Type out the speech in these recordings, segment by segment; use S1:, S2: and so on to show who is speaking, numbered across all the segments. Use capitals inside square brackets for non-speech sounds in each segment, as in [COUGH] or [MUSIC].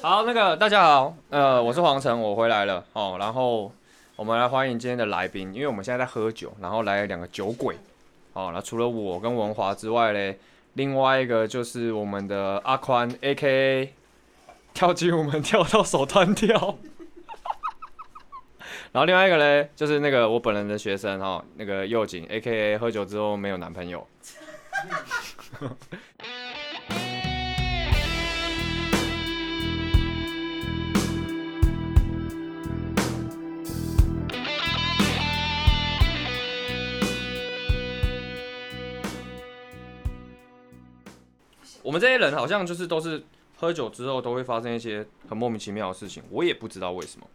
S1: 好，那个大家好，呃，我是黄晨，我回来了哦。然后我们来欢迎今天的来宾，因为我们现在在喝酒，然后来了两个酒鬼。哦，那除了我跟文华之外嘞，另外一个就是我们的阿宽，A K A 跳进我们跳到手断掉。 [LAUGHS] 然后另外一个嘞，就是那个我本人的学生哦，那个右景，A K A 喝酒之后没有男朋友。我们这些人好像就是都是喝酒之后都会发生一些很莫名其妙的事情，我也不知道为什么。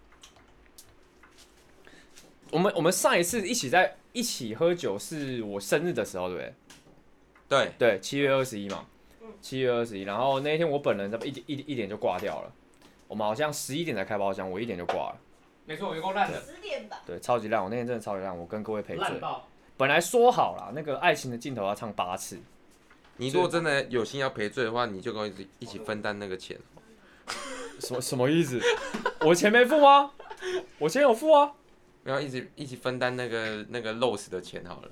S1: 我们我们上一次一起在一起喝酒是我生日的时候，对不对？
S2: 对，
S1: 对，七月二十一嘛，七月二十一。然后那一天我本人差不多一点一点一点就挂掉了，我们好像十一点才开包厢，我一点就挂了。
S3: 没错，我就够烂的，
S4: 十点吧，
S1: 对，超级烂，我那天真的超级烂，我跟各位赔罪
S3: 烂。爆。
S1: 本来说好了，那个爱情的镜头要唱八次，
S2: 你如果真的有心要赔罪的话，你就跟我一起一起分担那个钱。
S1: 什么什么意思？ [LAUGHS] 我钱没付吗？我钱有付啊。
S2: 没有，一起一起分担那个那个 loss 的钱好了。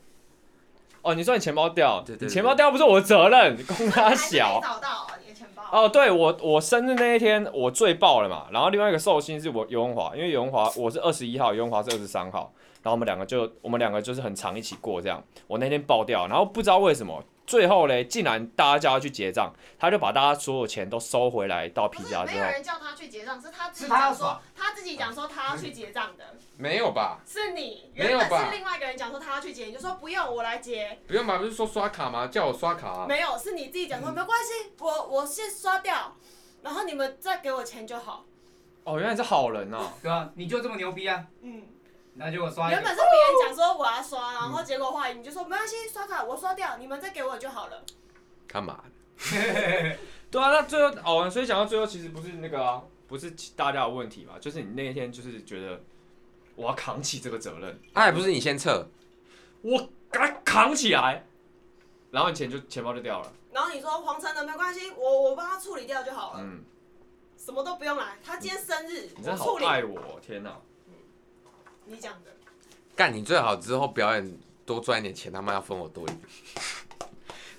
S1: 哦，你说你钱包掉，
S2: 对对对
S1: 你钱包掉不是我的责任，公 [LAUGHS] 他
S4: 还是没
S1: 小。
S4: 找到啊你的钱包。
S1: 哦，对我我生日那一天我最爆了嘛，然后另外一个寿星是我尤文华，因为尤文华我是二十一号，尤文华是二十三号，然后我们两个就我们两个就是很常一起过这样。我那天爆掉，然后不知道为什么，最后嘞竟然大家叫他去结账，他就把大家所有钱都收回来到
S4: 不
S1: 皮
S4: 是
S1: 夹
S4: 没
S1: 之
S4: 有
S1: 后，
S4: 人叫他去结账，是他自己
S3: 是他要
S4: 讲说
S3: 耍，
S4: 他自己讲说他要去结账的，
S2: 没有吧？
S4: 是你。
S2: 没有
S4: 原
S2: 吧
S4: 本是另外一个人讲说他要去结，你就说不用，我来结。
S2: 不用吧？不是说刷卡吗？叫我刷卡、啊。
S4: 没有，是你自己
S1: 嗯
S4: 讲说没关系，我我先刷掉，然后你们再给我钱就好。
S1: 哦，原来是好人啊。
S3: 对啊，你就这么牛逼啊？
S4: 嗯，
S3: 那就我刷一
S4: 原
S3: 个，
S4: 本是别人讲说我要刷，然后结果后来你就说没关系，刷卡我刷掉，你们再给我就好了。
S2: 干嘛？
S1: 对啊，那最后哦，所以讲到最后，其实不是那个啊，不是大家的问题嘛，就是你那一天就是觉得我要扛起这个责任，
S2: 哎、不是你先撤，
S1: 我给它扛起来，然后你钱就钱包就掉了，
S4: 然后你说黄晨的没关系，我我帮他处理掉就好了，
S1: 嗯，
S4: 什么都不用来。他今天生日，
S1: 你真的
S4: 我
S1: 好
S4: 处理。
S1: 爱我，天哪！
S4: 你讲的。
S2: 干你最好之后表演多赚一点钱，他妈要分我多一点。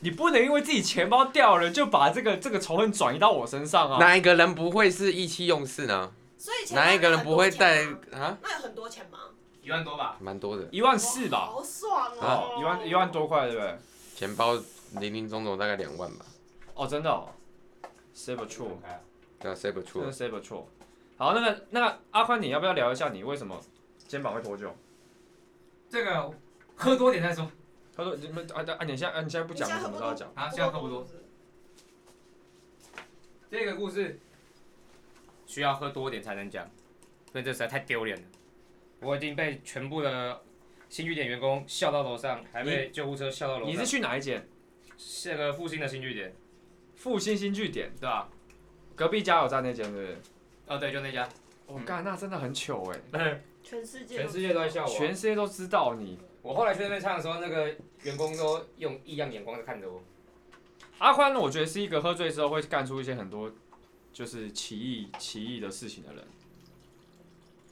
S1: 你不能因为自己钱包掉了就把这个这个仇恨转移到我身上啊！
S2: 哪一个人不会是意气用事呢？
S4: 所以钱包
S2: 哪一个人不会带
S4: 有很多钱吗
S2: 啊？
S4: 那有很多钱吗？
S3: 一万多吧。
S2: 蛮多的，
S1: 一万四吧，
S4: 好爽哦
S1: 哦，！一万一万。多块对不对？
S2: 钱包零零总总大概两万吧。
S1: 哦，真的哦，save a true，
S3: 啊
S2: 那啊 save 不出
S1: 真的 save a true。好，那个那个阿宽，你要不要聊一下你为什么肩膀会脱臼？
S3: 这个喝多点再说。
S1: 他说：“你们啊啊，你现在啊，你现在不讲，
S4: 你
S1: 我
S4: 现在
S1: 什么时候讲？
S3: 啊，现在喝不多。。这个故事需要喝多点才能讲，因为这实在太丢脸了。我已经被全部的新据点员工笑到楼上，还被救护车笑到楼
S1: 你
S3: 上
S1: 是。去哪一间？
S3: 这个复兴的新据点，
S1: 复兴新据点，
S3: 对吧？
S1: 隔壁加油站那间，对不对？
S3: 哦，对，就那家，
S1: 我干，那真的很糗哎、
S4: 全世
S3: [LAUGHS]
S4: 界，
S3: 全世界都在。笑我。啊
S5: 啊
S1: 全世界都知道你。
S3: 我后来去那边唱的时候，那个员工都用异样眼光在看着我。
S1: 阿宽，我觉得是一个喝醉之后会干出一些很多就是奇异奇异的事情的人。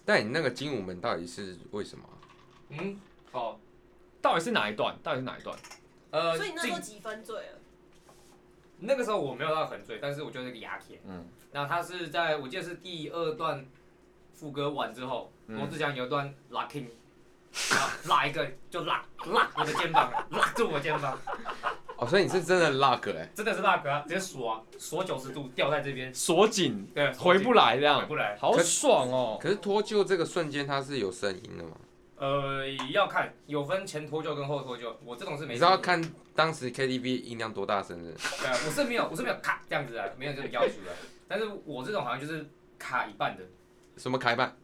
S2: 但你那个精武门到底是为什么啊？
S3: 嗯，好，
S1: 到底是哪一段？到底是哪一段？
S3: 呃，
S4: 所以你那
S3: 进
S4: 时候几分醉了？
S3: 那个时候我没有到很醉，但是我就是个牙铁。
S1: 嗯
S3: 嗯，那他是在我记得是第二段副歌完之后，
S1: 嗯
S3: 罗志祥有一段 locking，然后 [LAUGHS] 拉一个就拉拉我的肩膀，拉住我肩膀，
S2: 哦，所以你是真的 luck 哎、
S3: 真的是拉个啊，直接锁啊，锁九十度掉在这边，
S1: 锁紧
S3: 对，
S1: 回不来这
S3: 回
S1: 样，
S3: 不来。
S1: 好爽哦、
S2: 可是脱臼这个瞬间它是有声音的吗？
S3: 呃，要看有分前脱臼跟后脱臼，我这种是没。
S2: 你知道看当时 KTV 音量多大声的？
S3: 对啊，我是没有，我是没有卡这样子啊的，没有这种要求的。但是我这种好像就是卡一半的，
S2: 什么开办？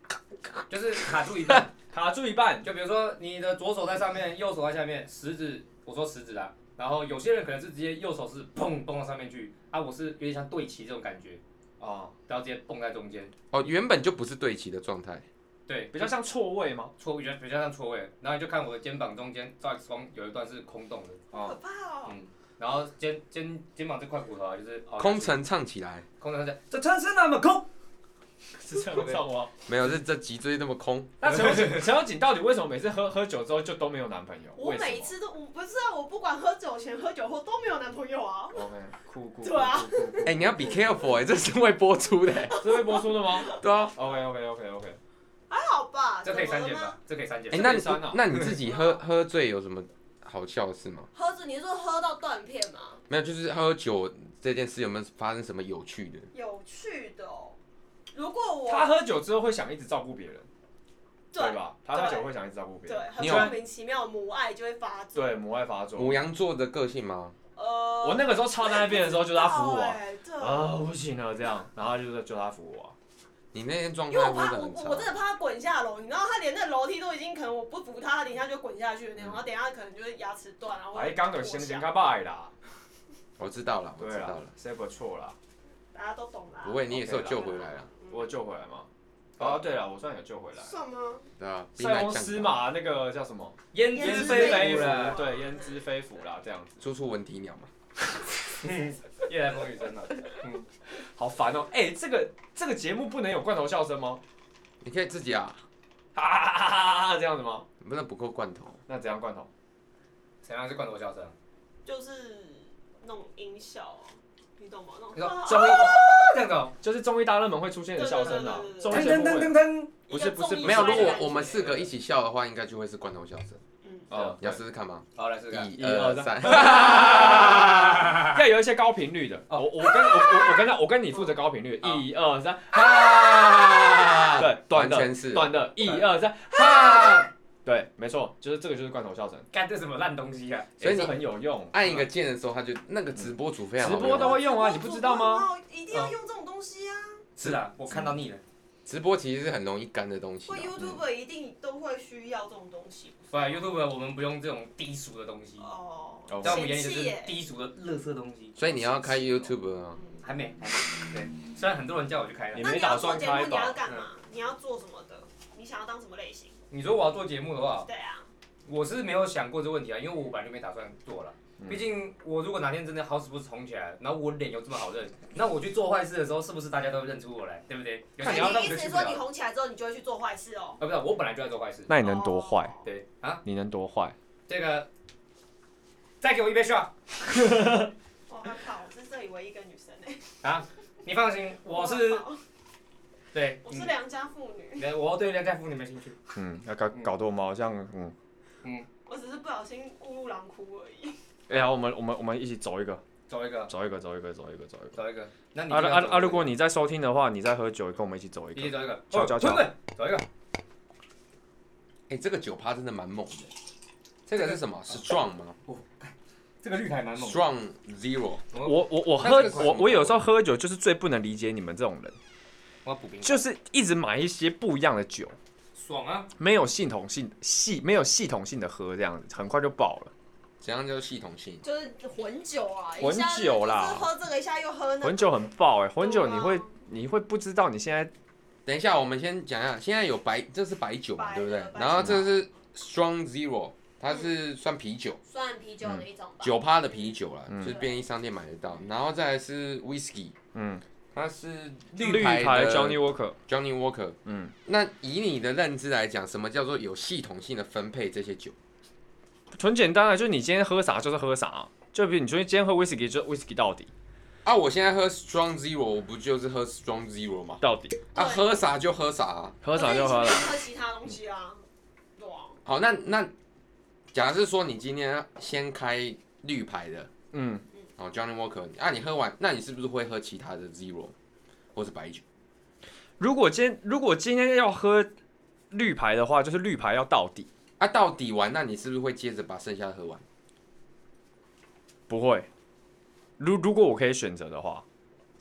S3: 就是卡住一半。
S1: 卡住一半，
S3: 就比如说你的左手在上面，右手在下面，食指，我说食指啊。然后有些人可能是直接右手是砰蹦到上面去啊，我是有点像对齐这种感觉，
S1: 哦，
S3: 然后直接蹦在中间，
S2: 哦，原本就不是对齐的状态。
S3: 对，
S1: 比较像错位
S5: [LAUGHS]
S1: 吗？
S3: 错，比较比较像错位。然后你就看我的肩膀中间照 X 光有一段是空洞的，
S4: 好可
S1: 哦，
S4: 怕哦！
S3: 嗯，然后肩肩肩膀这块骨头啊，就是哦
S2: 空乘唱起来，
S3: 空乘在，这城市那么空，是这
S1: [LAUGHS]
S3: 样唱吗？
S2: 没有，这这脊椎那么空，
S5: [LAUGHS] 那陈小锦，陈小锦到底为什么每次喝喝酒之后就都没有男朋友？
S4: 我
S5: 为什么
S4: 每次都我不是啊，我不管喝酒前喝酒后都没有男朋友啊。
S5: OK，酷酷，
S4: 对啊
S5: 酷，酷酷
S2: 哎、你要 be careful 哎、这是会播出的、
S5: [LAUGHS]
S2: 哎
S5: 这是会播出的吗
S2: 对啊，
S5: ？OK OK OK OK，
S4: 还好吧，
S3: 这可以
S4: 啊怎
S3: 删
S4: 么
S3: 减
S4: 了吗？
S3: 啊吧？这可以删减
S2: 哎、
S5: 这。
S2: 那
S5: 可以
S2: 你
S5: 删哦
S2: 那你自己喝喝醉有什么好笑的事吗？
S4: 喝着你是说喝到断片吗？
S2: 没有，就是喝酒这件事有没有发生什么有趣的？
S4: 有趣的哦。如果我
S5: 他喝酒之后会想一直照顾别人，对
S4: 对
S5: 吧？他喝酒会想一直照顾别
S4: 对
S5: 人，，
S4: 很
S2: 你有
S4: 莫名其妙母爱就会发作。
S5: 对，母爱发作。
S2: 母羊座的个性吗？
S4: 呃，
S5: 我那个时候插在那边的时候，就是他扶我啊，
S4: 对，
S5: 啊不行了这样，然后就是就他扶我啊，
S2: 你那天状
S4: 因为
S2: 态
S4: 我
S2: 真的
S4: 怕我
S2: 很
S4: 我
S2: 差
S4: 我真。的怕他滚下楼，你知道他连那楼梯都已经可能我不扶他，他等一下就滚下去的那种，然后等一下可能就是牙齿断啊，或
S5: 哎，
S4: 者
S5: 刚有先先个拜啦，
S2: 我哦知道了，我
S5: 对
S2: 知道
S5: 啊
S2: 了，，
S5: 谁不错啦，
S4: 大家都懂啦。嗯
S2: 不会，你也是有
S5: OK 啦
S2: 救回来啊了，
S5: 我有救回来吗？哦，对了，我算有救回来。
S4: 算吗？
S2: 对啊，兵
S5: 塞
S2: 来
S5: 翁
S2: 将
S5: 失
S2: 挡，
S5: 马那个叫什么？
S3: 焉
S4: 焉
S3: 知
S4: 知
S3: 非
S4: 非
S3: 福
S4: 福
S3: 了
S4: 啦。
S5: 对，焉知非福啦，这样子，
S2: 处处闻啼鸟嘛。
S3: 夜来风雨声了，
S5: 好烦哦、哎、这个这个节目不能有罐头笑声吗？
S2: 你可以自己啊，
S5: 哈哈哈哈哈，这样子吗？
S2: 不能不够罐头。
S5: 那怎样罐头？
S3: 怎样是罐头笑声？啊
S4: 就是那种音效啊，你懂吗？那
S3: 你说
S4: 种啊
S3: 综艺这样子哦，
S5: 就是综艺大热门会出现的笑声啦，
S4: 对对对对对
S5: 综艺
S3: 噔
S5: 节
S3: 噔
S5: 目
S3: 噔
S5: 会
S3: 噔噔，
S5: 不是不是
S2: 没有，如果我们
S4: 是
S2: 四个一起笑的话，应该就会是罐头笑声。
S4: 嗯，
S5: 哦，
S2: 你
S5: 对
S2: 要试试看吗？
S3: 好来试试看。
S2: 一
S5: 一二
S2: 二三， [LAUGHS]
S5: 要有一些高频率的。
S3: 哦
S5: 我我跟我我我跟他我跟你负责高频率，一二三，
S2: 哈
S5: 对，短
S2: 啊完
S5: 的
S2: 全是
S5: 短的，一二三，
S2: [LAUGHS] 哈。
S5: 对，没错，就是这个就是罐头笑声，
S3: 干这什么烂东西啊！
S2: 所以
S5: 哎
S2: 你
S5: 这很有用。
S2: 按一个键的时候，它就那个直播主非常好
S5: 直
S2: 用
S5: 播都会用啊，你不知道吗？？嗯
S4: 一定要用这种东西啊！
S3: 是啦，我看到腻了。
S2: 直播其实是很容易干的东西
S4: 会
S2: 啊。
S4: YouTuber 一定都会需要这种东西
S3: 不然 YouTube 我们不用这种低俗的东西，
S4: 哦
S5: 哦。
S3: 在我们眼里就
S4: 嫌弃
S3: 是
S4: 耶
S3: 低俗的垃圾东西。哦
S2: 所以你要开 YouTube 啊，
S4: 嗯
S3: 还没，还没。对，虽然很多人叫我去开
S5: 你
S3: 了。
S4: 那
S5: 没
S4: 你要
S5: 打
S4: 做
S5: 算
S4: 节目
S5: 开
S4: 你要
S5: 吧？嗯
S4: 干嘛？你要做什么的？你想要当什么类型？
S3: 你说我要做节目的话，
S4: 对啊，
S3: 我是没有想过这问题啊，因为我本来就没打算做了
S5: 嗯。
S3: 毕竟我如果哪天真的好死不死红起来，然后我脸又这么好认， [LAUGHS] 那我去做坏事的时候，是不是大家都会认出我来，对不对？有
S5: 看
S3: 些
S4: 所以
S5: 你要
S3: 人
S5: 让
S4: 你
S3: 根本
S4: 意
S3: 就是去
S4: 思
S3: 不
S4: 说
S3: 了
S4: 你红起来之后，你就会去做坏事哦？
S3: 啊，不是，我本来就在做坏事。
S5: 那你能多坏？
S4: 哦？
S3: 对啊，
S5: 你能多坏？
S3: 这个再给我一杯 shot
S4: 我哦靠，我是这里唯一一个女生哎。
S3: 啊！你放心，我是嗯
S4: 靠
S3: 对，
S4: 我是良家妇 [LAUGHS] 女，
S3: 嗯我对梁家福你没兴趣。
S1: 嗯，要搞搞得我们好像嗯，
S4: 我只是不小心误入狼窟而已。
S1: 哎呀，我们我们我们一起走一个，
S3: 走一个，
S1: 走一个，走一个，走一个，走一个。
S3: 走一个。那你
S1: 啊
S3: 就要
S1: 啊
S3: 走一个
S1: 啊！如果你在收听的话，你在喝酒，跟我们一起走一
S3: 一起
S1: 个。
S3: 走一个，
S1: 瞧瞧瞧
S3: 滚滚，走一个。
S2: 哎，这个酒趴真的蛮猛的。这个是什么？Strong 吗
S3: 这个绿台蛮猛的。
S2: ？Strong Zero。
S1: 我我我喝
S2: 那这个
S1: 我我有时候喝酒就是最不能理解你们这种人，
S3: 我要补兵，
S1: 就是一直买一些不一样的酒，
S3: 爽啊！
S1: 没有系统性系没有系统性的喝，这样子很快就爆了。
S2: 怎样叫系统性？
S4: 就是混酒啊，
S1: 混酒啦
S4: 一下就是喝这个，一下又喝那个。
S1: 混酒很爆哎、混酒你会
S4: 对啊
S1: 你会不知道你现在
S2: 等一下，我们先讲一下，现在有白，这是白酒嘛，
S4: 白
S2: 对不对
S4: 的？嗯白酒
S2: 然后这是 Strong Zero，它是算啤酒，
S4: 算啤酒的一种吧。
S2: 酒趴的啤酒啦，
S1: 嗯
S2: 就是便利商店买得到。然后再来是 Whisky，
S1: 嗯
S2: 它是
S1: 绿
S2: 牌
S1: 牌
S2: 的
S1: Johnny Walker
S2: Johnny Walker。
S1: 嗯，
S2: 那以你的认知来讲，什么叫做有系统性的分配这些酒？
S1: 很简单啊，就是你今天喝啥就是喝啥啊、就比如你说今天喝 whisky 就 whisky 到底
S2: 啊，我现在喝 Strong Zero，我不就是喝 Strong Zero 吗？
S1: 到底，
S2: 啊，
S4: 对
S2: 喝啥就喝啥、啊。
S1: 喝啥就喝
S4: 可
S1: 了
S4: [LAUGHS] 是。你前面喝其他东西啊，对啊。
S2: 好，那那假设说你今天先开绿牌的，
S1: 嗯，
S2: 哦，Johnny Walker，啊，你喝完，那你是不是会喝其他的 Zero 或是白酒？
S1: 如果今天如果今天要喝绿牌的话，就是绿牌要到底，
S2: 啊，到底完，那你是不是会接着把剩下的喝完？
S1: 不会。如如果我可以选择的话，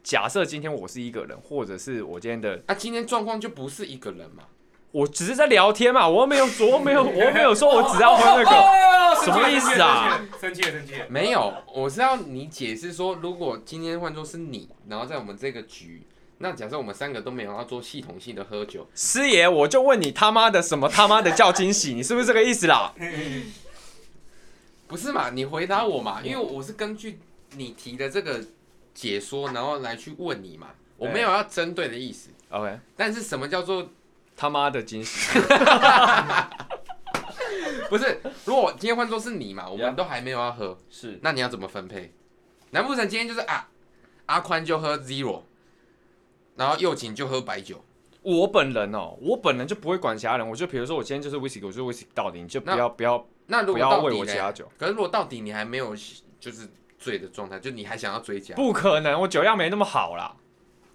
S1: 假设今天我是一个人，或者是我今天的，
S2: 啊，今天状况就不是一个人嘛，
S1: 我只是在聊天嘛，我又没有，我又没有，我又没有说我只要喝那个，
S3: 哦
S1: 什么意思啊？
S3: 生气了，生气了，
S2: 没有，我是要你解释说，如果今天换作是你，然后在我们这个局，那假设我们三个都没有要做系统性的喝酒，
S1: 师爷，我
S2: [LAUGHS]
S1: 就问你他妈的什么他妈的叫惊喜，你是不是这个意思啦？
S2: 不不是嘛？你回答我嘛，因为我是根据你提的这个解说，然后来去问你嘛。我没有要针对的意思，
S1: OK，
S2: 但是什么叫做
S1: 他妈的惊喜，
S2: 不是？如果我今天换作是你嘛，我
S1: Yeah
S2: 们都还没有要喝，
S1: 是
S2: 那你要怎么分配？难不成今天就是啊，阿宽就喝 zero，然后右景就喝白酒？
S1: 我本人哦，我本人就不会管其他人，我就比如说我今天就是 whisky，我就 whisky 到底，你就不要不要
S2: 那如
S1: 不
S2: 果
S1: 要
S2: 到
S1: 为
S2: 底
S1: 我
S2: 呢
S1: 加酒，
S2: 可是如果到底你还没有就是醉的状态，就你还想要追加，
S1: 不可能，我酒量没那么好啦。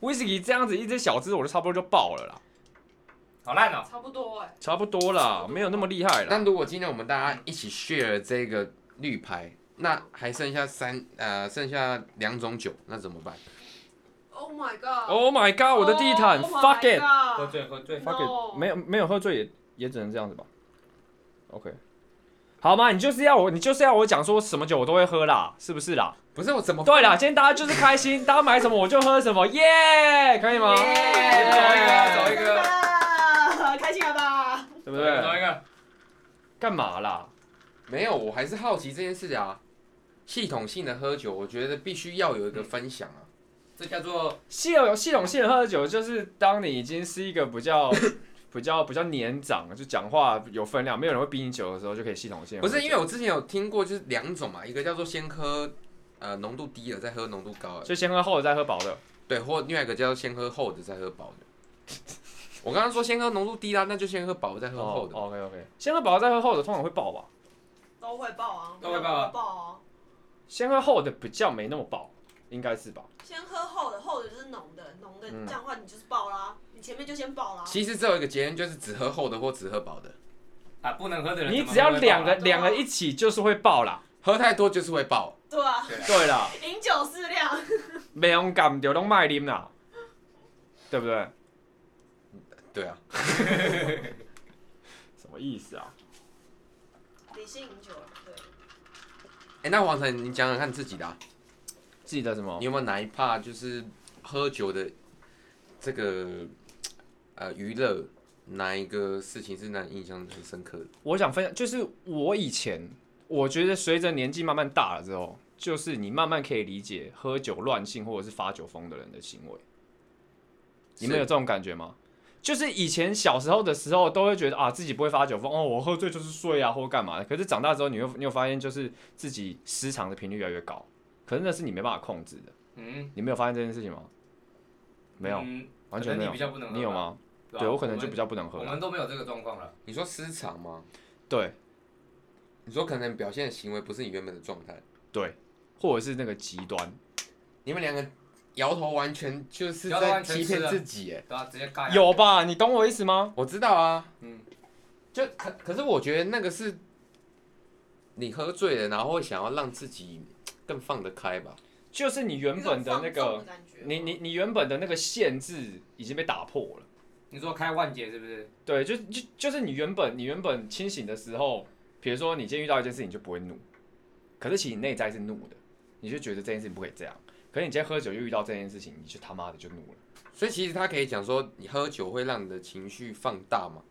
S1: whisky 这样子一支小支我就差不多就爆了啦，
S3: [LAUGHS] 好烂哦！
S4: 差不多哎，
S1: 差不多啦，没有那么厉害啦。
S2: 但如果今天我们大家一起 share 这个绿牌，那还剩下三呃，剩下两种酒，那怎么办？
S4: Oh my god！
S1: Oh my god，我的地毯、
S4: Oh my
S1: fuck it，
S4: god
S3: 喝醉喝醉，
S1: fuck
S4: No
S1: it，没有没有喝醉也也只能这样子吧。OK，好嘛，你就是要我，你就是要我讲说什么酒我都会喝啦，是不是啦？
S2: 不是我怎么
S1: [LAUGHS] 对啦，今天大家就是开心，大家买什么我就喝什么，耶、可以吗？
S3: 耶走
S1: 对
S3: 一个
S4: 真的 [LAUGHS] 开心了吧？
S1: 不
S3: 同一
S1: 对？
S3: 个
S1: 干嘛啦？
S2: 没有？我还是好奇这件事啊。系统性的喝酒，我觉得必须要有一个分享啊。
S3: 这叫做
S1: 系统系统性的喝酒，就是当你已经是一个比
S2: [LAUGHS]
S1: 较比较比较年长，就讲话有分量，没有人会逼你酒的时候，就可以系统性地喝
S2: 不
S1: 酒。
S2: 是，因为我之前有听过，就是两种嘛，一个叫做先喝呃浓度低的，再喝浓度高的，
S1: 就先喝厚的再喝薄的。
S2: 对，或另外一个叫做先喝厚的，再喝薄的。 [LAUGHS] 我刚刚说先喝浓度低啦，那就先喝薄的，再喝厚的。
S1: 哦 OK OK，先喝薄的再喝厚的，通常会爆吧。
S4: 都会爆啊，
S3: 都会爆啊
S4: 爆啊！
S1: 先喝厚的比较没那么爆，应该是吧？
S4: 先喝厚的，厚的就是浓的，浓的
S1: 嗯
S4: 这样的话你就是爆啦，你前面就先爆啦。
S2: 其实只有一个结论，就是只喝厚的或只喝薄的，
S3: 啊，不能喝的人
S1: 你
S3: 怎么
S1: 只要
S3: 会爆
S1: 两个
S3: 啊
S4: 对啊
S1: 两个一起就是会爆啦。
S2: 喝太多就是会爆。
S4: 对啊，
S3: 对啦
S1: 对啦，
S4: 饮酒适量，
S1: 没用感就拢卖啉啦，对不对？
S2: 对啊，
S1: 什么意思啊？
S4: 理性饮酒，对。
S2: 哎、那黄晨，你讲讲看自己的、啊，
S1: 记得什么
S2: 你？有没有哪一怕就是喝酒的这个呃娱乐，哪一个事情是让你印象很深刻的？
S1: 我想分享，就是我以前我觉得随着年纪慢慢大了之后，就是你慢慢可以理解喝酒乱性或者是发酒疯的人的行为。你们有这种感觉吗？就是以前小时候的时候，都会觉得啊自己不会发酒疯哦，我喝醉就是睡啊或干嘛的。可是长大之后，你会你有发现，就是自己失常的频率越来越高，可是那是你没办法控制的。
S3: 嗯
S1: 你没有发现这件事情吗？没有，
S3: 嗯
S1: 完全没有
S3: 可能你比较不能喝吧
S1: 你有吗？
S3: 吧
S1: 对我可能就
S3: 们
S1: 比较不能喝
S3: 我。们都没有这个状况了。
S2: 你说失常吗？
S1: 对
S2: 你说可能表现的行为不是你原本的状态，
S1: 对，或者是那个极端。
S2: 你们两个摇头完全就是
S3: 摇头
S2: 在
S3: 完全
S2: 欺
S3: 是
S2: 骗
S3: 啊
S2: 自己、哎，
S3: 对啊，直接尬
S1: 有？吧？你懂我意思吗？
S2: 我知道啊，
S3: 嗯，
S2: 就可可是我觉得那个是你喝醉了，然后会想要让自己更放得开吧。
S1: 就是你原本的那
S4: 一种放纵
S1: 个
S4: 的，感觉
S1: 你你你原本的那个限制已经被打破了。
S3: 你说开万劫是不是？
S1: 对，就就就是你原本你原本清醒的时候，比如说你今天遇到一件事情你就不会怒，可是其实你内在是怒的，你就觉得这件事情不可以这样。可是你今天喝酒又遇到这件事情，你就他妈的就怒了。
S2: 所以其实他可以讲说，你喝酒会让你的情绪放大嘛。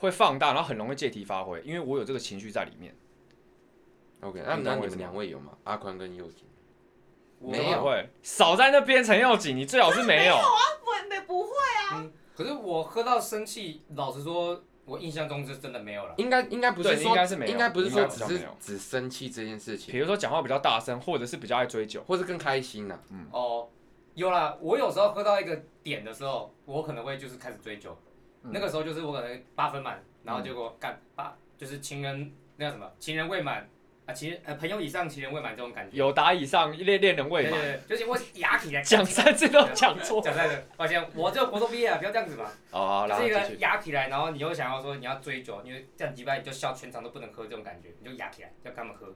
S1: 会放大，然后很容易借题发挥，因为我有这个情绪在里面。
S2: OK，那
S1: 你
S2: 那
S1: 懂我
S2: 你
S1: 意思
S2: 们
S1: 吗
S2: 两位有吗？阿宽跟佑廷，
S3: 我
S2: 没有
S1: 会少在那边陈耀景，你最好是没有。
S4: 啊不会没不会
S3: 可是我喝到生气，老实说，我印象中是真的没有了。
S2: 应该应该不是
S1: 对
S2: 说，
S1: 应该是没有
S2: 应该不是
S1: 应
S2: 说
S1: 该比
S2: 只
S1: 较
S2: 是
S1: 没有
S2: 只生气这件事
S1: 比
S2: 情，
S1: 如说讲话比较大声，或者是比较爱追酒，
S2: 或是更开心呐、
S3: 哦，有啦，我有时候喝到一个点的时候，我可能会就是开始追酒，
S1: 嗯
S3: 那个时候就是我可能八分满，然后结果干八就是情人那叫什么情人未满啊，情人呃朋友以上情人未满这种感觉。
S1: 有达以上恋恋人未
S3: 对对
S1: 满，
S3: 对，就是我牙起
S1: [LAUGHS]
S3: 来
S1: 讲三次都讲错。
S3: 讲在的，抱歉，我这个国中毕业啊，不要这样子嘛。
S1: 好好，然
S3: 就
S1: 后
S3: 是一
S1: 继
S3: 个
S1: 续。
S3: 压起来，然后你又想要说你要追酒，因为这样几拜你就笑全场都不能喝这种感觉，你就压起来要跟他们喝。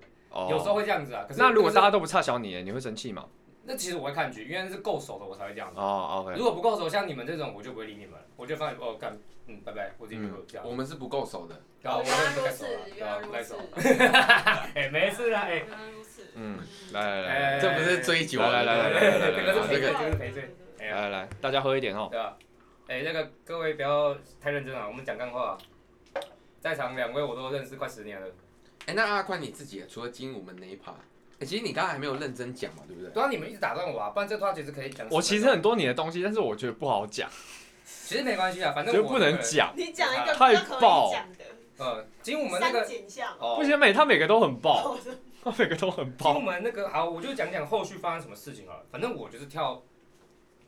S3: 有时候会这样子啊，可是
S1: 那如果
S3: 这
S1: 大
S3: 个是
S1: 家都不差小你，你会生气吗？
S3: 那其实我会看局，因为是够熟的我才会这样子。
S1: 哦
S3: 如果不够熟，像你们这种我就不会理你们了，我就放你哦干，嗯拜拜，我自己去喝这样。
S1: 嗯
S2: 我们是不够熟的，
S3: 然后我
S4: 原来
S3: 就
S4: 如
S3: 该走
S4: 此
S3: 了，，
S4: 原
S3: 对
S4: 来
S3: 啊，
S4: 如
S3: 该
S4: 此
S3: 走了。，
S4: [LAUGHS]
S3: 哎没事啊哎，
S4: 原来如此。
S1: 嗯，来来来
S3: 哎
S2: 这不是追酒，
S1: 来来来来来来来
S3: 这个是
S2: 好
S3: 赔
S2: 这
S3: 罪，
S2: 个
S3: 这个是赔罪，哎呀
S1: 来来，大家喝一点哦。
S3: 对吧？哎那个各哎位不要太认真了，我们讲干话啊。在场两位我都认识快十年了，
S2: 哎、那阿宽你自己除了精武门那一趴，哎，其实你刚才还没有认真讲嘛，对不对？
S3: 不要你们一直打断我啊，不然这段其实可以讲。
S1: 我其实很，多你的东西，但是我觉得不好讲，
S3: 其实没关系啊，反
S1: 觉
S3: 正
S1: 得
S3: 我
S1: 不
S3: 这个
S1: 能
S3: 人。
S1: 讲。
S4: 你讲一个比
S1: 太
S4: 较可
S1: 爆
S4: 以讲的，
S3: 呃，金武门那
S4: 删
S3: 个
S4: 减项。
S3: 哦
S1: 不，行，每他每个都很爆，
S4: 哦是
S1: 他每个都很
S3: 金武
S1: 爆。
S3: 门那个好，我就讲讲后续发生什么事情好了。反正我就是跳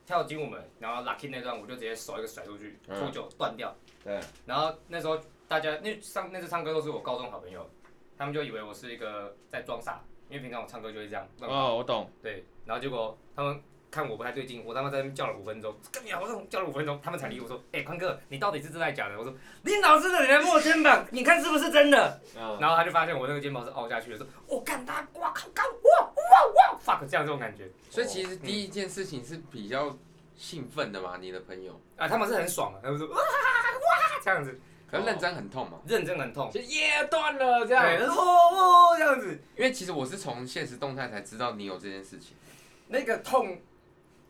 S3: 跳金武门，然后 lucky 那段我就直接手一个甩出去，
S2: 嗯
S3: 脱臼断掉。
S2: 对。
S3: 然后那时候大家那上那次唱歌都是我高中好朋友，他们就以为我是一个在装傻，因为平常我唱歌就会这样乱搞
S1: 哦，我懂。
S3: 对，然后结果他们看我不太对劲，我他妈在那边叫了五分钟，干你啊！我这叫了五分钟，他们才理我说，哎、宽哥，你到底是真的还是假的？我说你老是的，你来摸我肩膀，你看是不是真的？
S2: 嗯
S3: 然后他就发现我那个肩膀是凹下去的，说我干他，哇靠，干哇哇哇，fuck，这样这种感觉
S2: 所以其实第一件事情是比较兴奋的嘛，你的朋友，
S3: 啊，他们是很爽的，他们说哇哇这样子，
S2: 可是认真很痛嘛。
S3: 认真很痛，
S5: 就耶断了这
S3: 对，
S5: 样。
S3: 然后哦哦这样子，
S2: 因为其实我是从现实动态才知道你有这件事情。
S3: 那个痛。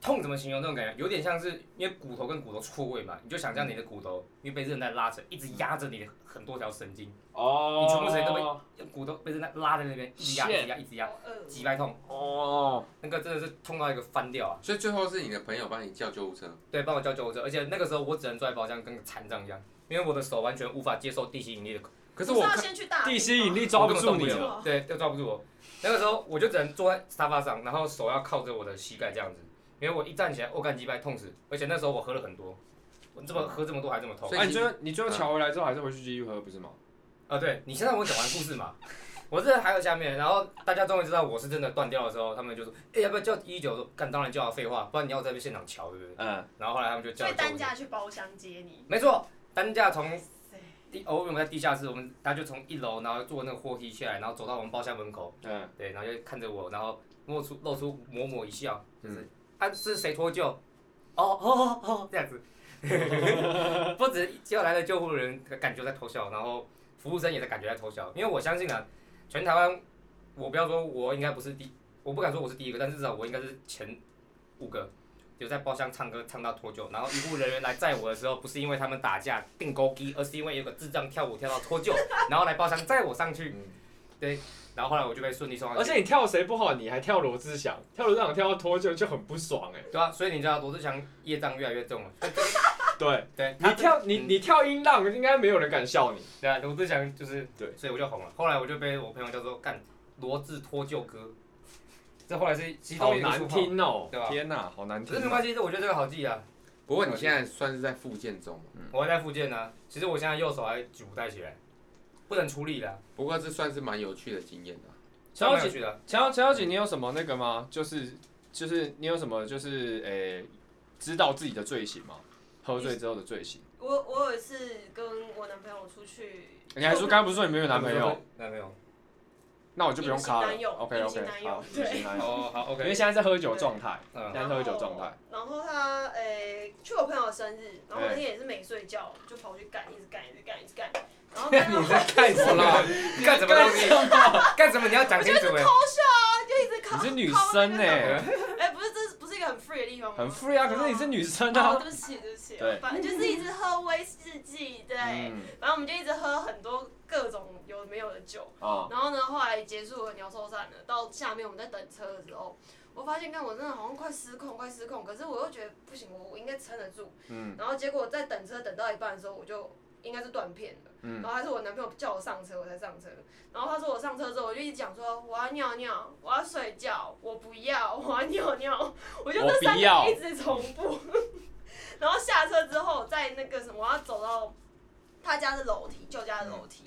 S3: 痛怎么形容这种感觉？有点像是因为骨头跟骨头错位嘛，你就想象你的骨头因为被韧带拉扯，一直压着你的很多条神经，
S5: 哦
S3: 你全部谁都会骨头被人家拉在那边，一直压
S5: Shit
S3: 一直压一直压，
S4: 好饿
S3: 几百痛，
S5: 哦，
S3: 那个真的是痛到一个翻掉啊！
S2: 所以最后是你的朋友帮你叫救护车，
S3: 对，帮我叫救护车，而且那个时候我只能坐在包厢跟个残障一样，因为我的手完全无法接受地心引力的，
S2: 可是
S4: 不
S2: 我
S4: 要
S2: 看
S4: 先去大
S1: 地
S4: 厅
S1: 心引
S4: 吗
S1: 力抓不住
S3: 我根本动
S1: 你
S3: 了
S1: 了。
S4: 哦
S3: 对，都抓不住我。那个时候我就只能坐在沙发上，然后手要靠着我的膝盖这样子，因为我一站起来，我干鸡掰痛死，而且那时候我喝了很多，我这么喝这么多还这么痛
S2: 所以。
S1: 哎，你最后你最后调回来之后，还是回去继续喝，不是吗？
S3: 啊，对你现在我讲完故事嘛，我这还有下面，然后大家终于知道我是真的断掉的时候，他们就说，哎、要不要叫一九？说干，当然叫啊，废话，不然你要在现场瞧，对不对？
S2: 嗯，
S3: 然后后来他们就叫
S4: 所
S3: 了
S4: 以单
S3: 救护车，
S4: 价去包厢接你。
S3: 没错，担架从
S4: 塞
S3: 地，哦，我们在地下室，我们他就从一楼，然后坐那个货梯下来，然后走到我们包厢门口，
S2: 嗯，
S3: 对，然后就看着我，然后露出露出抹抹一笑，就是、
S2: 嗯
S3: 啊是谁脱臼？哦哦哦哦， [LAUGHS] 这样子，不止叫来的救护人感觉在偷笑，然后服务生也在感觉在偷笑，因为我相信啊，全台湾，我不要说我应该不是第，我不敢说我是第一个，但至少我应该是前五个。有在包厢唱歌唱到脱臼，然后医护人员来载我的时候，不是因为他们打架定勾机，而是因为有个智障跳舞跳到脱臼， [LAUGHS] 然后来包厢载我上去，然后后来我就被顺利送上去。
S5: 而且你跳谁不好，你还跳罗志祥，跳罗志祥跳到脱臼就很不爽哎。
S3: 对啊，所以你知道罗志祥业障越来越重
S1: [LAUGHS]
S3: 了。
S5: 对，
S3: 对，
S5: 你跳你
S3: 嗯
S5: 你跳音浪，应该没有人敢笑你。
S3: 对啊，罗志祥就是
S5: 对，
S3: 所以我就红了。后来我就被我朋友叫做干罗志脱臼哥，这后来是其
S5: 好
S3: 中一个
S5: 难
S3: 绰号。
S5: 听哦。
S3: 对吧
S1: 天哪，好难
S3: 可
S1: 听
S3: 是没
S1: 哦。
S3: 关系，这我觉得这个好记啊。
S2: 不过你现在算是在复健中嘛，
S1: 嗯
S3: 我还在复健呢、其实我现在右手还举不太起来，不能出力了，
S2: 不过这算是蛮有趣的经验的。
S1: 想要
S3: 蛮有
S1: 请
S3: 趣的。
S1: 陈小陈小姐，你有什么那个吗？就是就是你有什么就是诶、知道自己的罪行吗？喝醉之后的罪行？
S4: 我我有一次跟我男朋友出去，
S1: 你还说刚刚不是说你没有男朋友？？
S3: 男朋友。
S1: 那我就不用卡了
S4: 隐形男友。
S1: OK
S4: 隐形
S1: OK，
S4: 男友
S1: 好，
S4: 对
S1: 隐形
S4: [LAUGHS]
S1: 男友。
S3: 哦，好
S1: 因为
S3: ，OK。
S1: 现在是喝酒状态，
S3: 嗯
S1: 现，在是喝酒状态。
S4: 然后他诶、去我朋友生日，然后我那天也是没睡觉，就跑去干，一直干，一直干，一直干，然
S1: [LAUGHS]
S4: 后干到
S3: 你在干什么？干什么东西？干什么？你要讲清楚哎。
S4: 就一直靠。
S1: 你是女生呢、
S4: 哎、诶不是，这是不是一个很 free 的地方吗？
S1: 很 free 啊，可是你是女生
S4: 哦，
S1: 啊。
S4: 对不起，对不起，
S1: 对
S4: 反正就是一直喝威士忌，对，
S1: 嗯，
S4: 然后我们就一直喝很多各种有没有的酒，
S1: 哦，
S4: 然后呢，后来结束了鸟兽散了，到下面我们在等车的时候，我发现，看我真的好像快失控，快失控，可是我又觉得不行，我我应该撑得住，
S1: 嗯
S4: 然后结果在等车等到一半的时候，我就应该是断片了。
S1: 嗯
S4: 然后还是我男朋友叫我上车，我才上车。然后他说我上车之后，我就一直讲说我要尿尿，我要睡觉，我不要，我要尿尿，我就
S1: 我
S4: 这三
S1: 不要
S4: 个一直重复。然后下车之后，在那个什么，我要走到他家的楼梯，旧家的楼梯，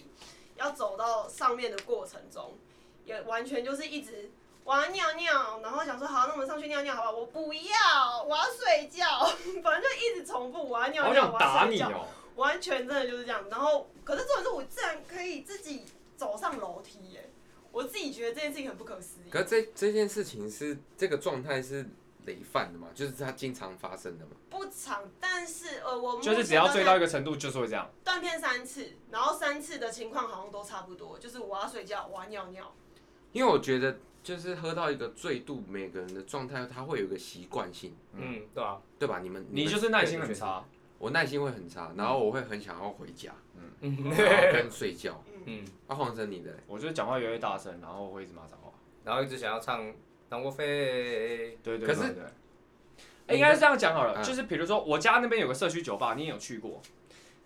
S4: 要走到上面的过程中，也完全就是一直我要尿尿，然后想说好，那我们上去尿尿好不好？我不要，我要睡觉， [LAUGHS] 反正就一直重复我要尿
S5: 好
S4: 尿，
S5: 想
S4: 我
S5: 打
S4: 要睡
S5: 你
S4: 觉。
S5: 哦！
S4: 完全真的就是这样。然后，可是重点是我自然可以自己走上楼梯耶、我自己觉得这件事情很不可思议。
S2: 可是这这件事情是这个状态是累犯的嘛，就是它经常发生的嘛。
S4: 不长，但是呃，我目
S1: 就是只
S4: 前
S1: 要
S4: 断
S1: 醉
S4: 片
S1: 到一个程度，就是会这样。
S4: 断片三次，然后三次的情况好像都差不多，就是我要睡觉，我要尿尿。
S2: 因为我觉得就是喝到一个醉度，每个人的状态它会有一个习惯性，
S3: 嗯，对啊。
S2: 对吧？你们
S1: 你就是耐心很差，
S2: 我耐心会很差，然后我会很想要回家，
S3: 嗯
S2: 然后跟睡觉。
S3: 嗯，
S2: 啊，黄生你的嘞，
S1: 我就是讲话越来越大声，然后会一直骂脏话。
S3: 然后一直想要唱《让我飞》，
S1: 对对
S2: 可
S1: 对
S2: 是
S1: 对。哎应该是这样讲好了，
S2: 嗯
S1: 就是比如说我家那边有个社区酒吧，你也有去过，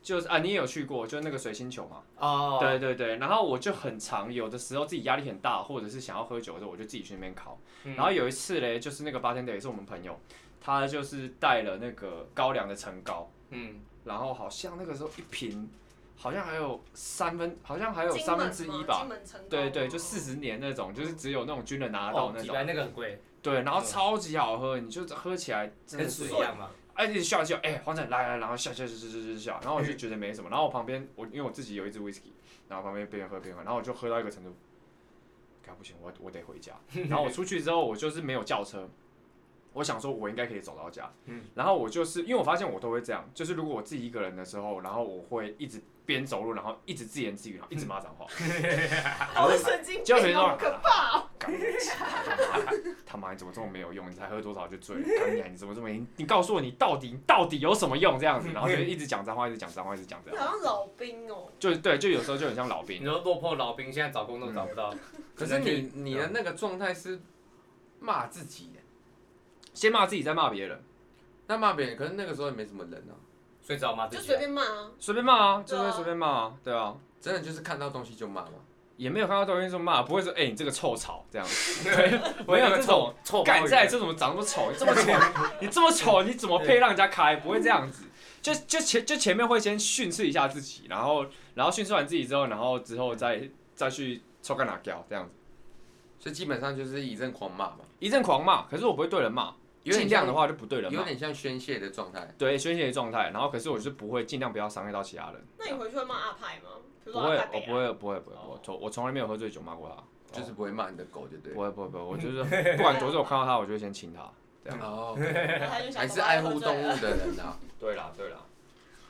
S1: 就是啊你也有去过，就是那个水星球嘛。
S3: 哦，
S1: 对对对，然后我就很常有的时候自己压力很大，或者是想要喝酒的时候，我就自己去那边烤。
S3: 嗯
S1: 然后有一次嘞，就是那个 bartender 也是我们朋友，他就是带了那个高粱的陈高，
S3: 嗯，
S1: 然后好像那个时候一瓶好像还有三分，好像还有
S4: 金
S1: 三分
S4: 门
S1: 之
S4: 吗
S1: 一吧
S4: 金。门成功
S1: 对对，就四十年那种，就是只有那种军人拿得到
S3: 哦
S1: 那
S3: 几
S1: 种。
S3: 百那个很贵，
S1: 对，然后
S3: 嗯
S1: 超级好喝，你就喝起来真的
S3: 跟
S1: 是
S3: 水一，样嘛。
S1: 哎，你笑一笑，哎，黄仔来来，然后笑笑笑笑笑笑笑，然后我就觉得没什么，然后我旁边我因为我自己有一支 whisky，然后旁边边喝边喝，然后我就喝到一个程度，该不行，我我得回家。然后我出去之后，我就是没有叫车，我想说我应该可以走到家，
S3: 嗯
S1: 然后我就是因为我发现我都会这样，就是如果我自己一个人的时候，然后我会一直边走路，然后一直自言自语，然后一直骂脏话，
S4: 好神经
S1: 就比
S4: 病
S1: 如
S4: 哦，
S1: 说
S4: 好可怕哦！
S1: 干你 [LAUGHS] 他妈，你怎么这么没有用？你才喝多少就醉了？ [LAUGHS] 干你啊，你怎么这么没？你告诉我，你到底你到底有什么用？这样子，然后就一直讲脏话，一直讲脏话，一直讲这
S4: 你
S1: 样，
S4: 好像老兵哦，
S1: 就对，就有时候就很像老
S3: 你
S1: 兵。
S3: 说落魄老兵现在找工
S1: 嗯
S3: 作找不到，
S2: 可是
S3: 只能
S2: 你
S3: 去
S2: 你的那个状态是骂自己耶，
S1: 先骂自己，再骂别人，
S2: 那骂别人，可是那个时候也没什么人啊，
S3: 所以只好骂
S4: 就
S3: 自己
S4: 随
S3: 啊。
S4: 便骂啊。
S1: 随便骂啊，就
S4: 对
S1: 会
S4: 啊
S1: 随便骂啊，对啊，
S2: 真的就是看到东西就骂嘛。
S1: 也没有看到对面说骂，不会说哎、你这个臭草这样子，
S3: 我
S1: 没
S3: 也
S1: 有这种
S3: 臭
S1: 干
S3: 鲍鱼哦
S1: 在这怎么长那么丑？你这么丑，你这么丑，你怎么配让人家开？不会这样子。就就前就前面会先训斥一下自己，然后然后训斥完自己之后，然后之后再再去抽干哪掉这样子，
S2: 所以基本上就是一阵狂骂嘛，
S1: 一阵狂骂。可是我不会对人骂，
S2: 有点
S1: 尽量的
S2: 像
S1: 话就不对人
S2: 有
S1: 骂，
S2: 点像宣泄的状态。
S1: 对宣泄的状态。然后可是我就是不会尽量不要伤害到其他人，
S4: 那你回去会骂阿派吗？比如
S1: 不
S4: 说
S1: 会
S4: 阿派
S1: 我
S4: 北
S1: 不
S4: 啊，
S1: 会不会不会我从我从来没有喝醉酒骂过他，
S2: 就是不会骂你的狗，对不对？
S1: 不会不会不会，我就是不管多久我看到他，我就会先亲他。这样
S2: 哦，
S4: 然后他就想
S2: 还是
S4: 说哎
S2: 爱护动
S4: 我要喝醉了
S2: 物的人啊。
S1: 对啦对啦，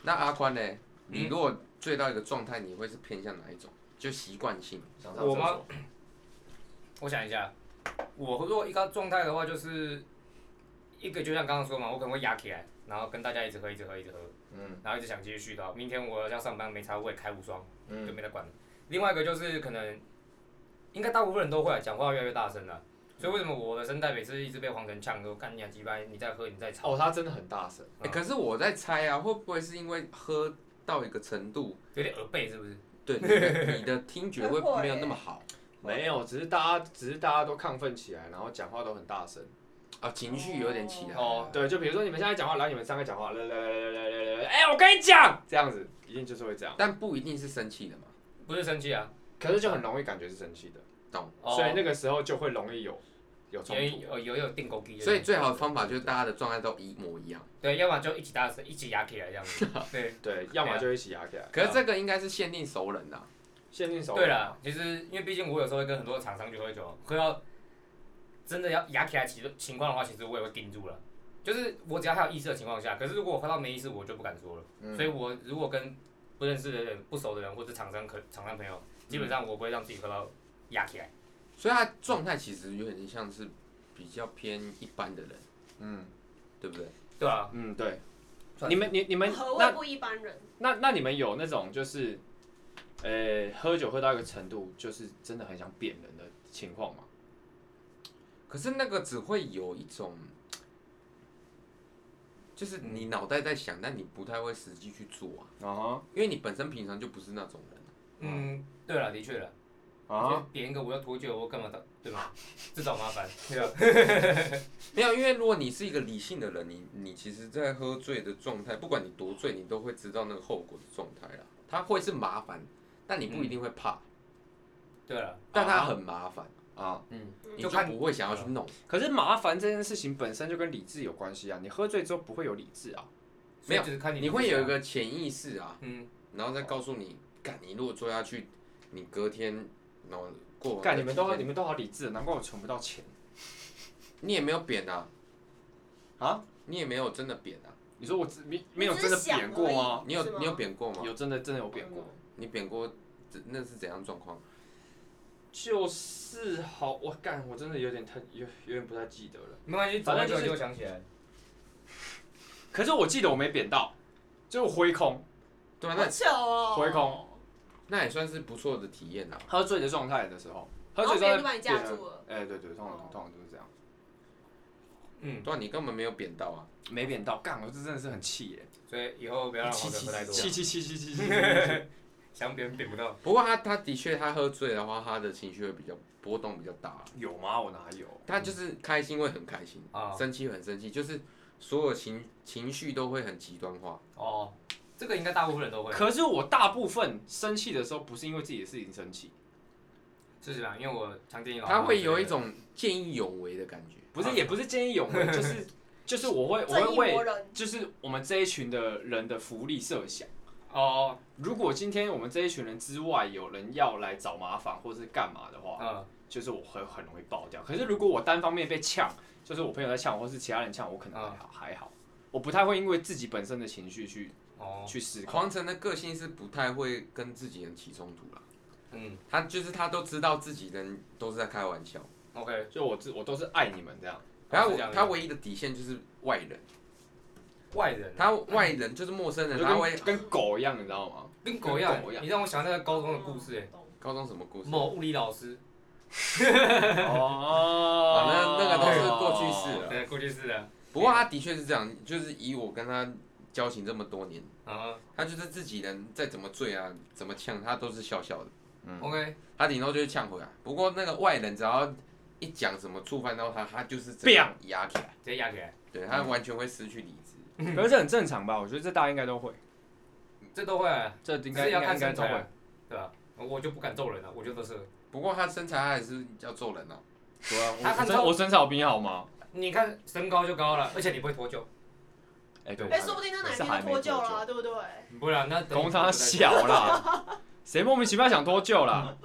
S2: 那阿宽呢？
S3: 嗯
S2: 你如果醉到一个状态，你会是偏向哪一种？就习惯性。
S1: 想
S3: 我吗？ [CLEARS THROAT] 我想一下，我如果一个状态的话，就是一个就像刚刚说嘛，我可能会压起来，然后跟大家一直喝，一直喝，一直喝，
S1: 嗯
S3: 然后一直想继续续到明天我要上班没差，我也开无双，就
S1: 嗯
S3: 没得管了。另外一个就是可能，应该大部分人都会啊讲话越来越大声了。所以为什么我的声带每次一直被黄晨呛都干你啊鸡巴，你在喝你在吵，
S1: 哦，他真的很大声。
S2: 欸可是我在猜啊，会不会是因为喝到一个程度，
S3: 有点耳背是不是？
S2: 对你
S3: [LAUGHS]
S2: 的你的听觉会
S4: 会欸
S2: 没有那么好
S1: 没有，只是大家只是大家都亢奋起来，然后讲话都很大声。
S2: 啊？情绪有点起来。
S3: 哦
S1: 对，就比如说你们现在讲话，来你们三个讲话，来来来来来来来，哎，我跟你讲，这样子一定就是会这样。
S2: 但不一定是生气的嘛。
S3: 不是生气啊，
S1: 可是就很容易感觉是生气的，
S3: 哦
S1: 所以那个时候就会容易有有冲突。
S3: 有有有定勾机，
S2: 所以最好的方法就是大家的状态都一模一样。
S3: 对，要么就一起大声，一起压起来这样子。对，
S1: 对，要么就一起压起来。
S3: 啊
S2: 可是这个应该是限定熟人呐、
S1: 限定手
S3: 对了，，其实因为毕竟我有时候会跟很多厂商去喝酒，喝到真的要压起来其实情况的话，其实我也会盯住了。就是我只要还有意识的情况下，可是如果我喝到没意识，我就不敢说了。
S1: 嗯
S3: 所以我如果跟不认识的人、不熟的人或者厂商可厂商朋友，基本上我不会让自己喝到压起来。
S2: 所以他状态其实有点像是比较偏一般的人，
S1: 嗯
S2: 对不对？
S3: 对啊，
S1: 嗯，对。
S3: 算
S1: 你们你你们
S4: 何谓
S1: 那
S4: 不一般人？
S1: 那那你们有那种就是，呃，喝酒喝到一个程度，就是真的很想扁人的情况吗？
S2: 可是那个只会有一种，就是你脑袋在想，但你不太会实际去做啊，
S1: 啊
S2: 因为你本身平常就不是那种人。
S3: 嗯，对了，的确了，
S1: 哈啊，
S3: 点一个我要脱臼，我干嘛的，对吗？自找麻烦，对啊，
S2: 没有，因为如果你是一个理性的人，你你其实，在喝醉的状态，不管你多醉，你都会知道那个后果的状态啦。它会是麻烦，但你不一定会怕，
S3: 对了，
S2: 但它很麻烦，
S1: 嗯啊！
S3: 嗯，
S2: 你
S3: 就
S2: 就
S3: 看
S2: 不会想要去弄。
S1: 可是麻烦这件事情本身就跟理智有关系啊，你喝醉之后不会有理智啊。
S3: 所以就是看
S2: 你会有一，个潜意识啊，
S3: 嗯，
S2: 然后再告诉你，干你如果做下去，你隔天，然后过完
S1: 干，你们都
S2: 几天
S1: 你们都好理智，啊难怪我存不到钱
S2: 你也没有扁啊，
S1: 啊！
S2: 你也没有真的扁啊，
S1: 你说我只没没有真的扁过哦吗？
S2: 你有
S4: 是吗
S2: 你有扁过吗？
S1: 有真的真的有扁过，
S2: 你扁过，这那是怎样状况？
S1: 就是好，我干，我真的有点太有有点不太记得了。
S3: 没关系，
S1: 反正就是
S3: 走多久就想起来。
S1: 可是我记得我没扁到，就是挥空，
S2: 对啊，
S4: 好
S2: 那
S4: 糗哦。
S1: 回空
S2: 那也算是不错的体验啊。
S1: 喝醉的状态的时候，喝
S4: 然后
S1: 醉
S4: 别人
S1: 状态，
S4: 就把你架住了。
S1: 哎、对对，通常通常就是这样，
S3: 嗯，
S2: 对啊，你根本没有扁到啊。
S1: 没扁到，干，我这真的是很气耶，
S3: 所以以后不要让
S1: 气
S3: 黄
S1: 气
S3: 色喝太多， [LAUGHS]
S1: 气气气气 [LAUGHS] 气气，
S3: 想别人点不到。
S2: 不过他他的确他喝醉的话，他的情绪会比较波动比较大啊、
S1: 有吗？我哪有？
S2: 他就是开心会很开心，
S3: 啊
S2: 生气会很生气，就是所有情情绪都会很极端化。
S3: 哦，这个应该大部分人都会，
S1: 可是我大部分生气的时候，不是因为自己的事情生气，
S3: 是这样，因为我常见
S2: 他会有一种见义勇为的感觉。
S1: 不是
S3: 啊
S1: 也不是见义勇 [LAUGHS] 为，就是就是我会我
S4: 正
S1: 会
S4: 义魔
S1: 为
S4: 人，
S1: 就是我们这一群的人的福利设想。
S3: 哦，
S1: 如果今天我们这一群人之外有人要来找麻烦或是干嘛的话，
S3: 嗯，
S1: 就是我会很容易爆掉。可是如果我单方面被呛，就是我朋友在呛我，或是其他人呛我，我可能还好还好，我不太会因为自己本身的情绪去
S3: 哦，
S1: 去思考。
S2: 黄晨的个性是不太会跟自己人起冲突啦，
S3: 嗯
S2: 他就是他都知道自己人都是在开玩笑，
S3: ，OK，
S1: 就我自我都是爱你们这样，
S2: 然后
S3: 哦是这样的
S2: 他唯一的底线就是外人，
S3: 外人
S2: 他外人就是陌生人，
S1: 就
S2: 他会
S1: 跟跟狗一样，你知
S3: [LAUGHS]
S1: 道吗？
S3: 跟狗一样
S1: 跟狗一，样
S3: 你让我想到那个高中的故事，
S4: 嗯
S3: 哎，
S2: 高中什么故事？
S3: 某物理老师，
S1: 哦
S2: 啊那那个都是过去式了
S3: 对，过去式的，
S2: 不过他的确是这样，就是以我跟他交情这么多年，
S3: 啊
S2: 他就是自己人，再怎么醉啊，怎么呛，他都是笑笑的，
S3: ，OK，
S2: 他顶多就是呛回来。不过那个外人只要一讲什么触犯到他，他就是整
S1: 砰
S2: 个压起来，
S3: 直接压起来，
S2: 对他完全会失去理智。
S1: [LAUGHS] 可是这很正常吧？我觉得这大家应该都会，
S3: 这都会啊，
S1: 这
S3: 只
S1: 应该
S3: 是
S1: 应
S3: 要
S1: 该
S3: 看
S1: 应该
S3: 身
S1: 都
S3: 材
S1: 会
S3: 啊。，对吧？我就不敢揍人了，我就都是。
S2: 不过他身材他还是要揍人哦、
S1: 对啊，
S3: 他
S1: 我
S3: 看
S1: 身
S3: 到
S1: 我身材有比你好吗？
S3: 你看身高就高了，而且你不会脱臼，
S1: 哎，对，
S4: 哎，说不定他哪
S1: 是还
S4: 天就
S1: 没
S4: 脱臼
S1: 脱臼
S4: 了，对不对？
S3: 不然那等 [LAUGHS]
S1: 公他小啦，谁莫名其妙想脱臼啦？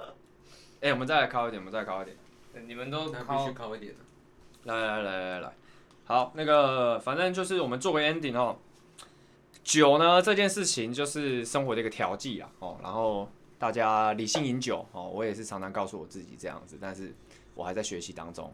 S1: 哎、我们再来高一点，我们再来高一点，
S3: 你们都
S2: 那必须靠一点啊
S1: 来来来来来，好，那个反正就是我们做个 ending 哦。酒呢这件事情就是生活的一个调剂啦，哦，然后大家理性饮酒哦，我也是常常告诉我自己这样子，但是我还在学习当中，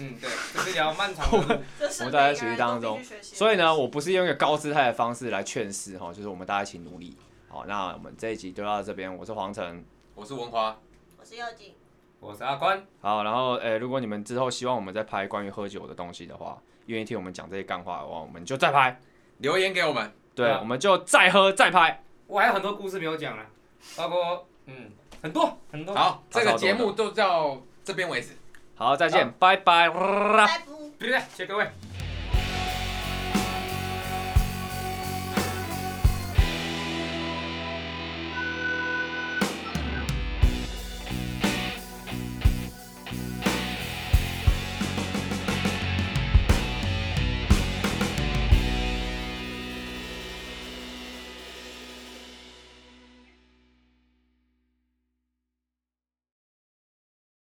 S3: 嗯，对，这是条漫长
S2: [LAUGHS]
S3: 的路。
S4: 这是
S1: 我
S4: 每
S1: 大家
S4: 个
S1: 学习
S4: 人
S1: 当
S4: 都
S1: 中
S4: 必须学习的
S1: 所以呢，我不是用一个高姿态的方式来劝世哈、哦，就是我们大家一起努力。好，那我们这一集就到这边，我是黄晨，
S2: 我是文华，
S4: 我是要紧。
S3: 我是阿宽，
S1: 好，然后诶、呃如果你们之后希望我们再拍关于喝酒的东西的话，愿意听我们讲这些干话的话，我们就再拍，
S2: 留言给我们。
S1: 对，
S3: 啊
S1: 我们就再喝再拍。
S3: 我还有很多故事没有讲呢，包括嗯很多很多。，
S2: 好，
S1: 他
S2: 这
S1: 超
S2: 个
S1: 啊多的
S2: 节目就到这边为止。
S1: 好，再见，拜拜。
S4: 拜拜。
S3: 对对，谢谢各位。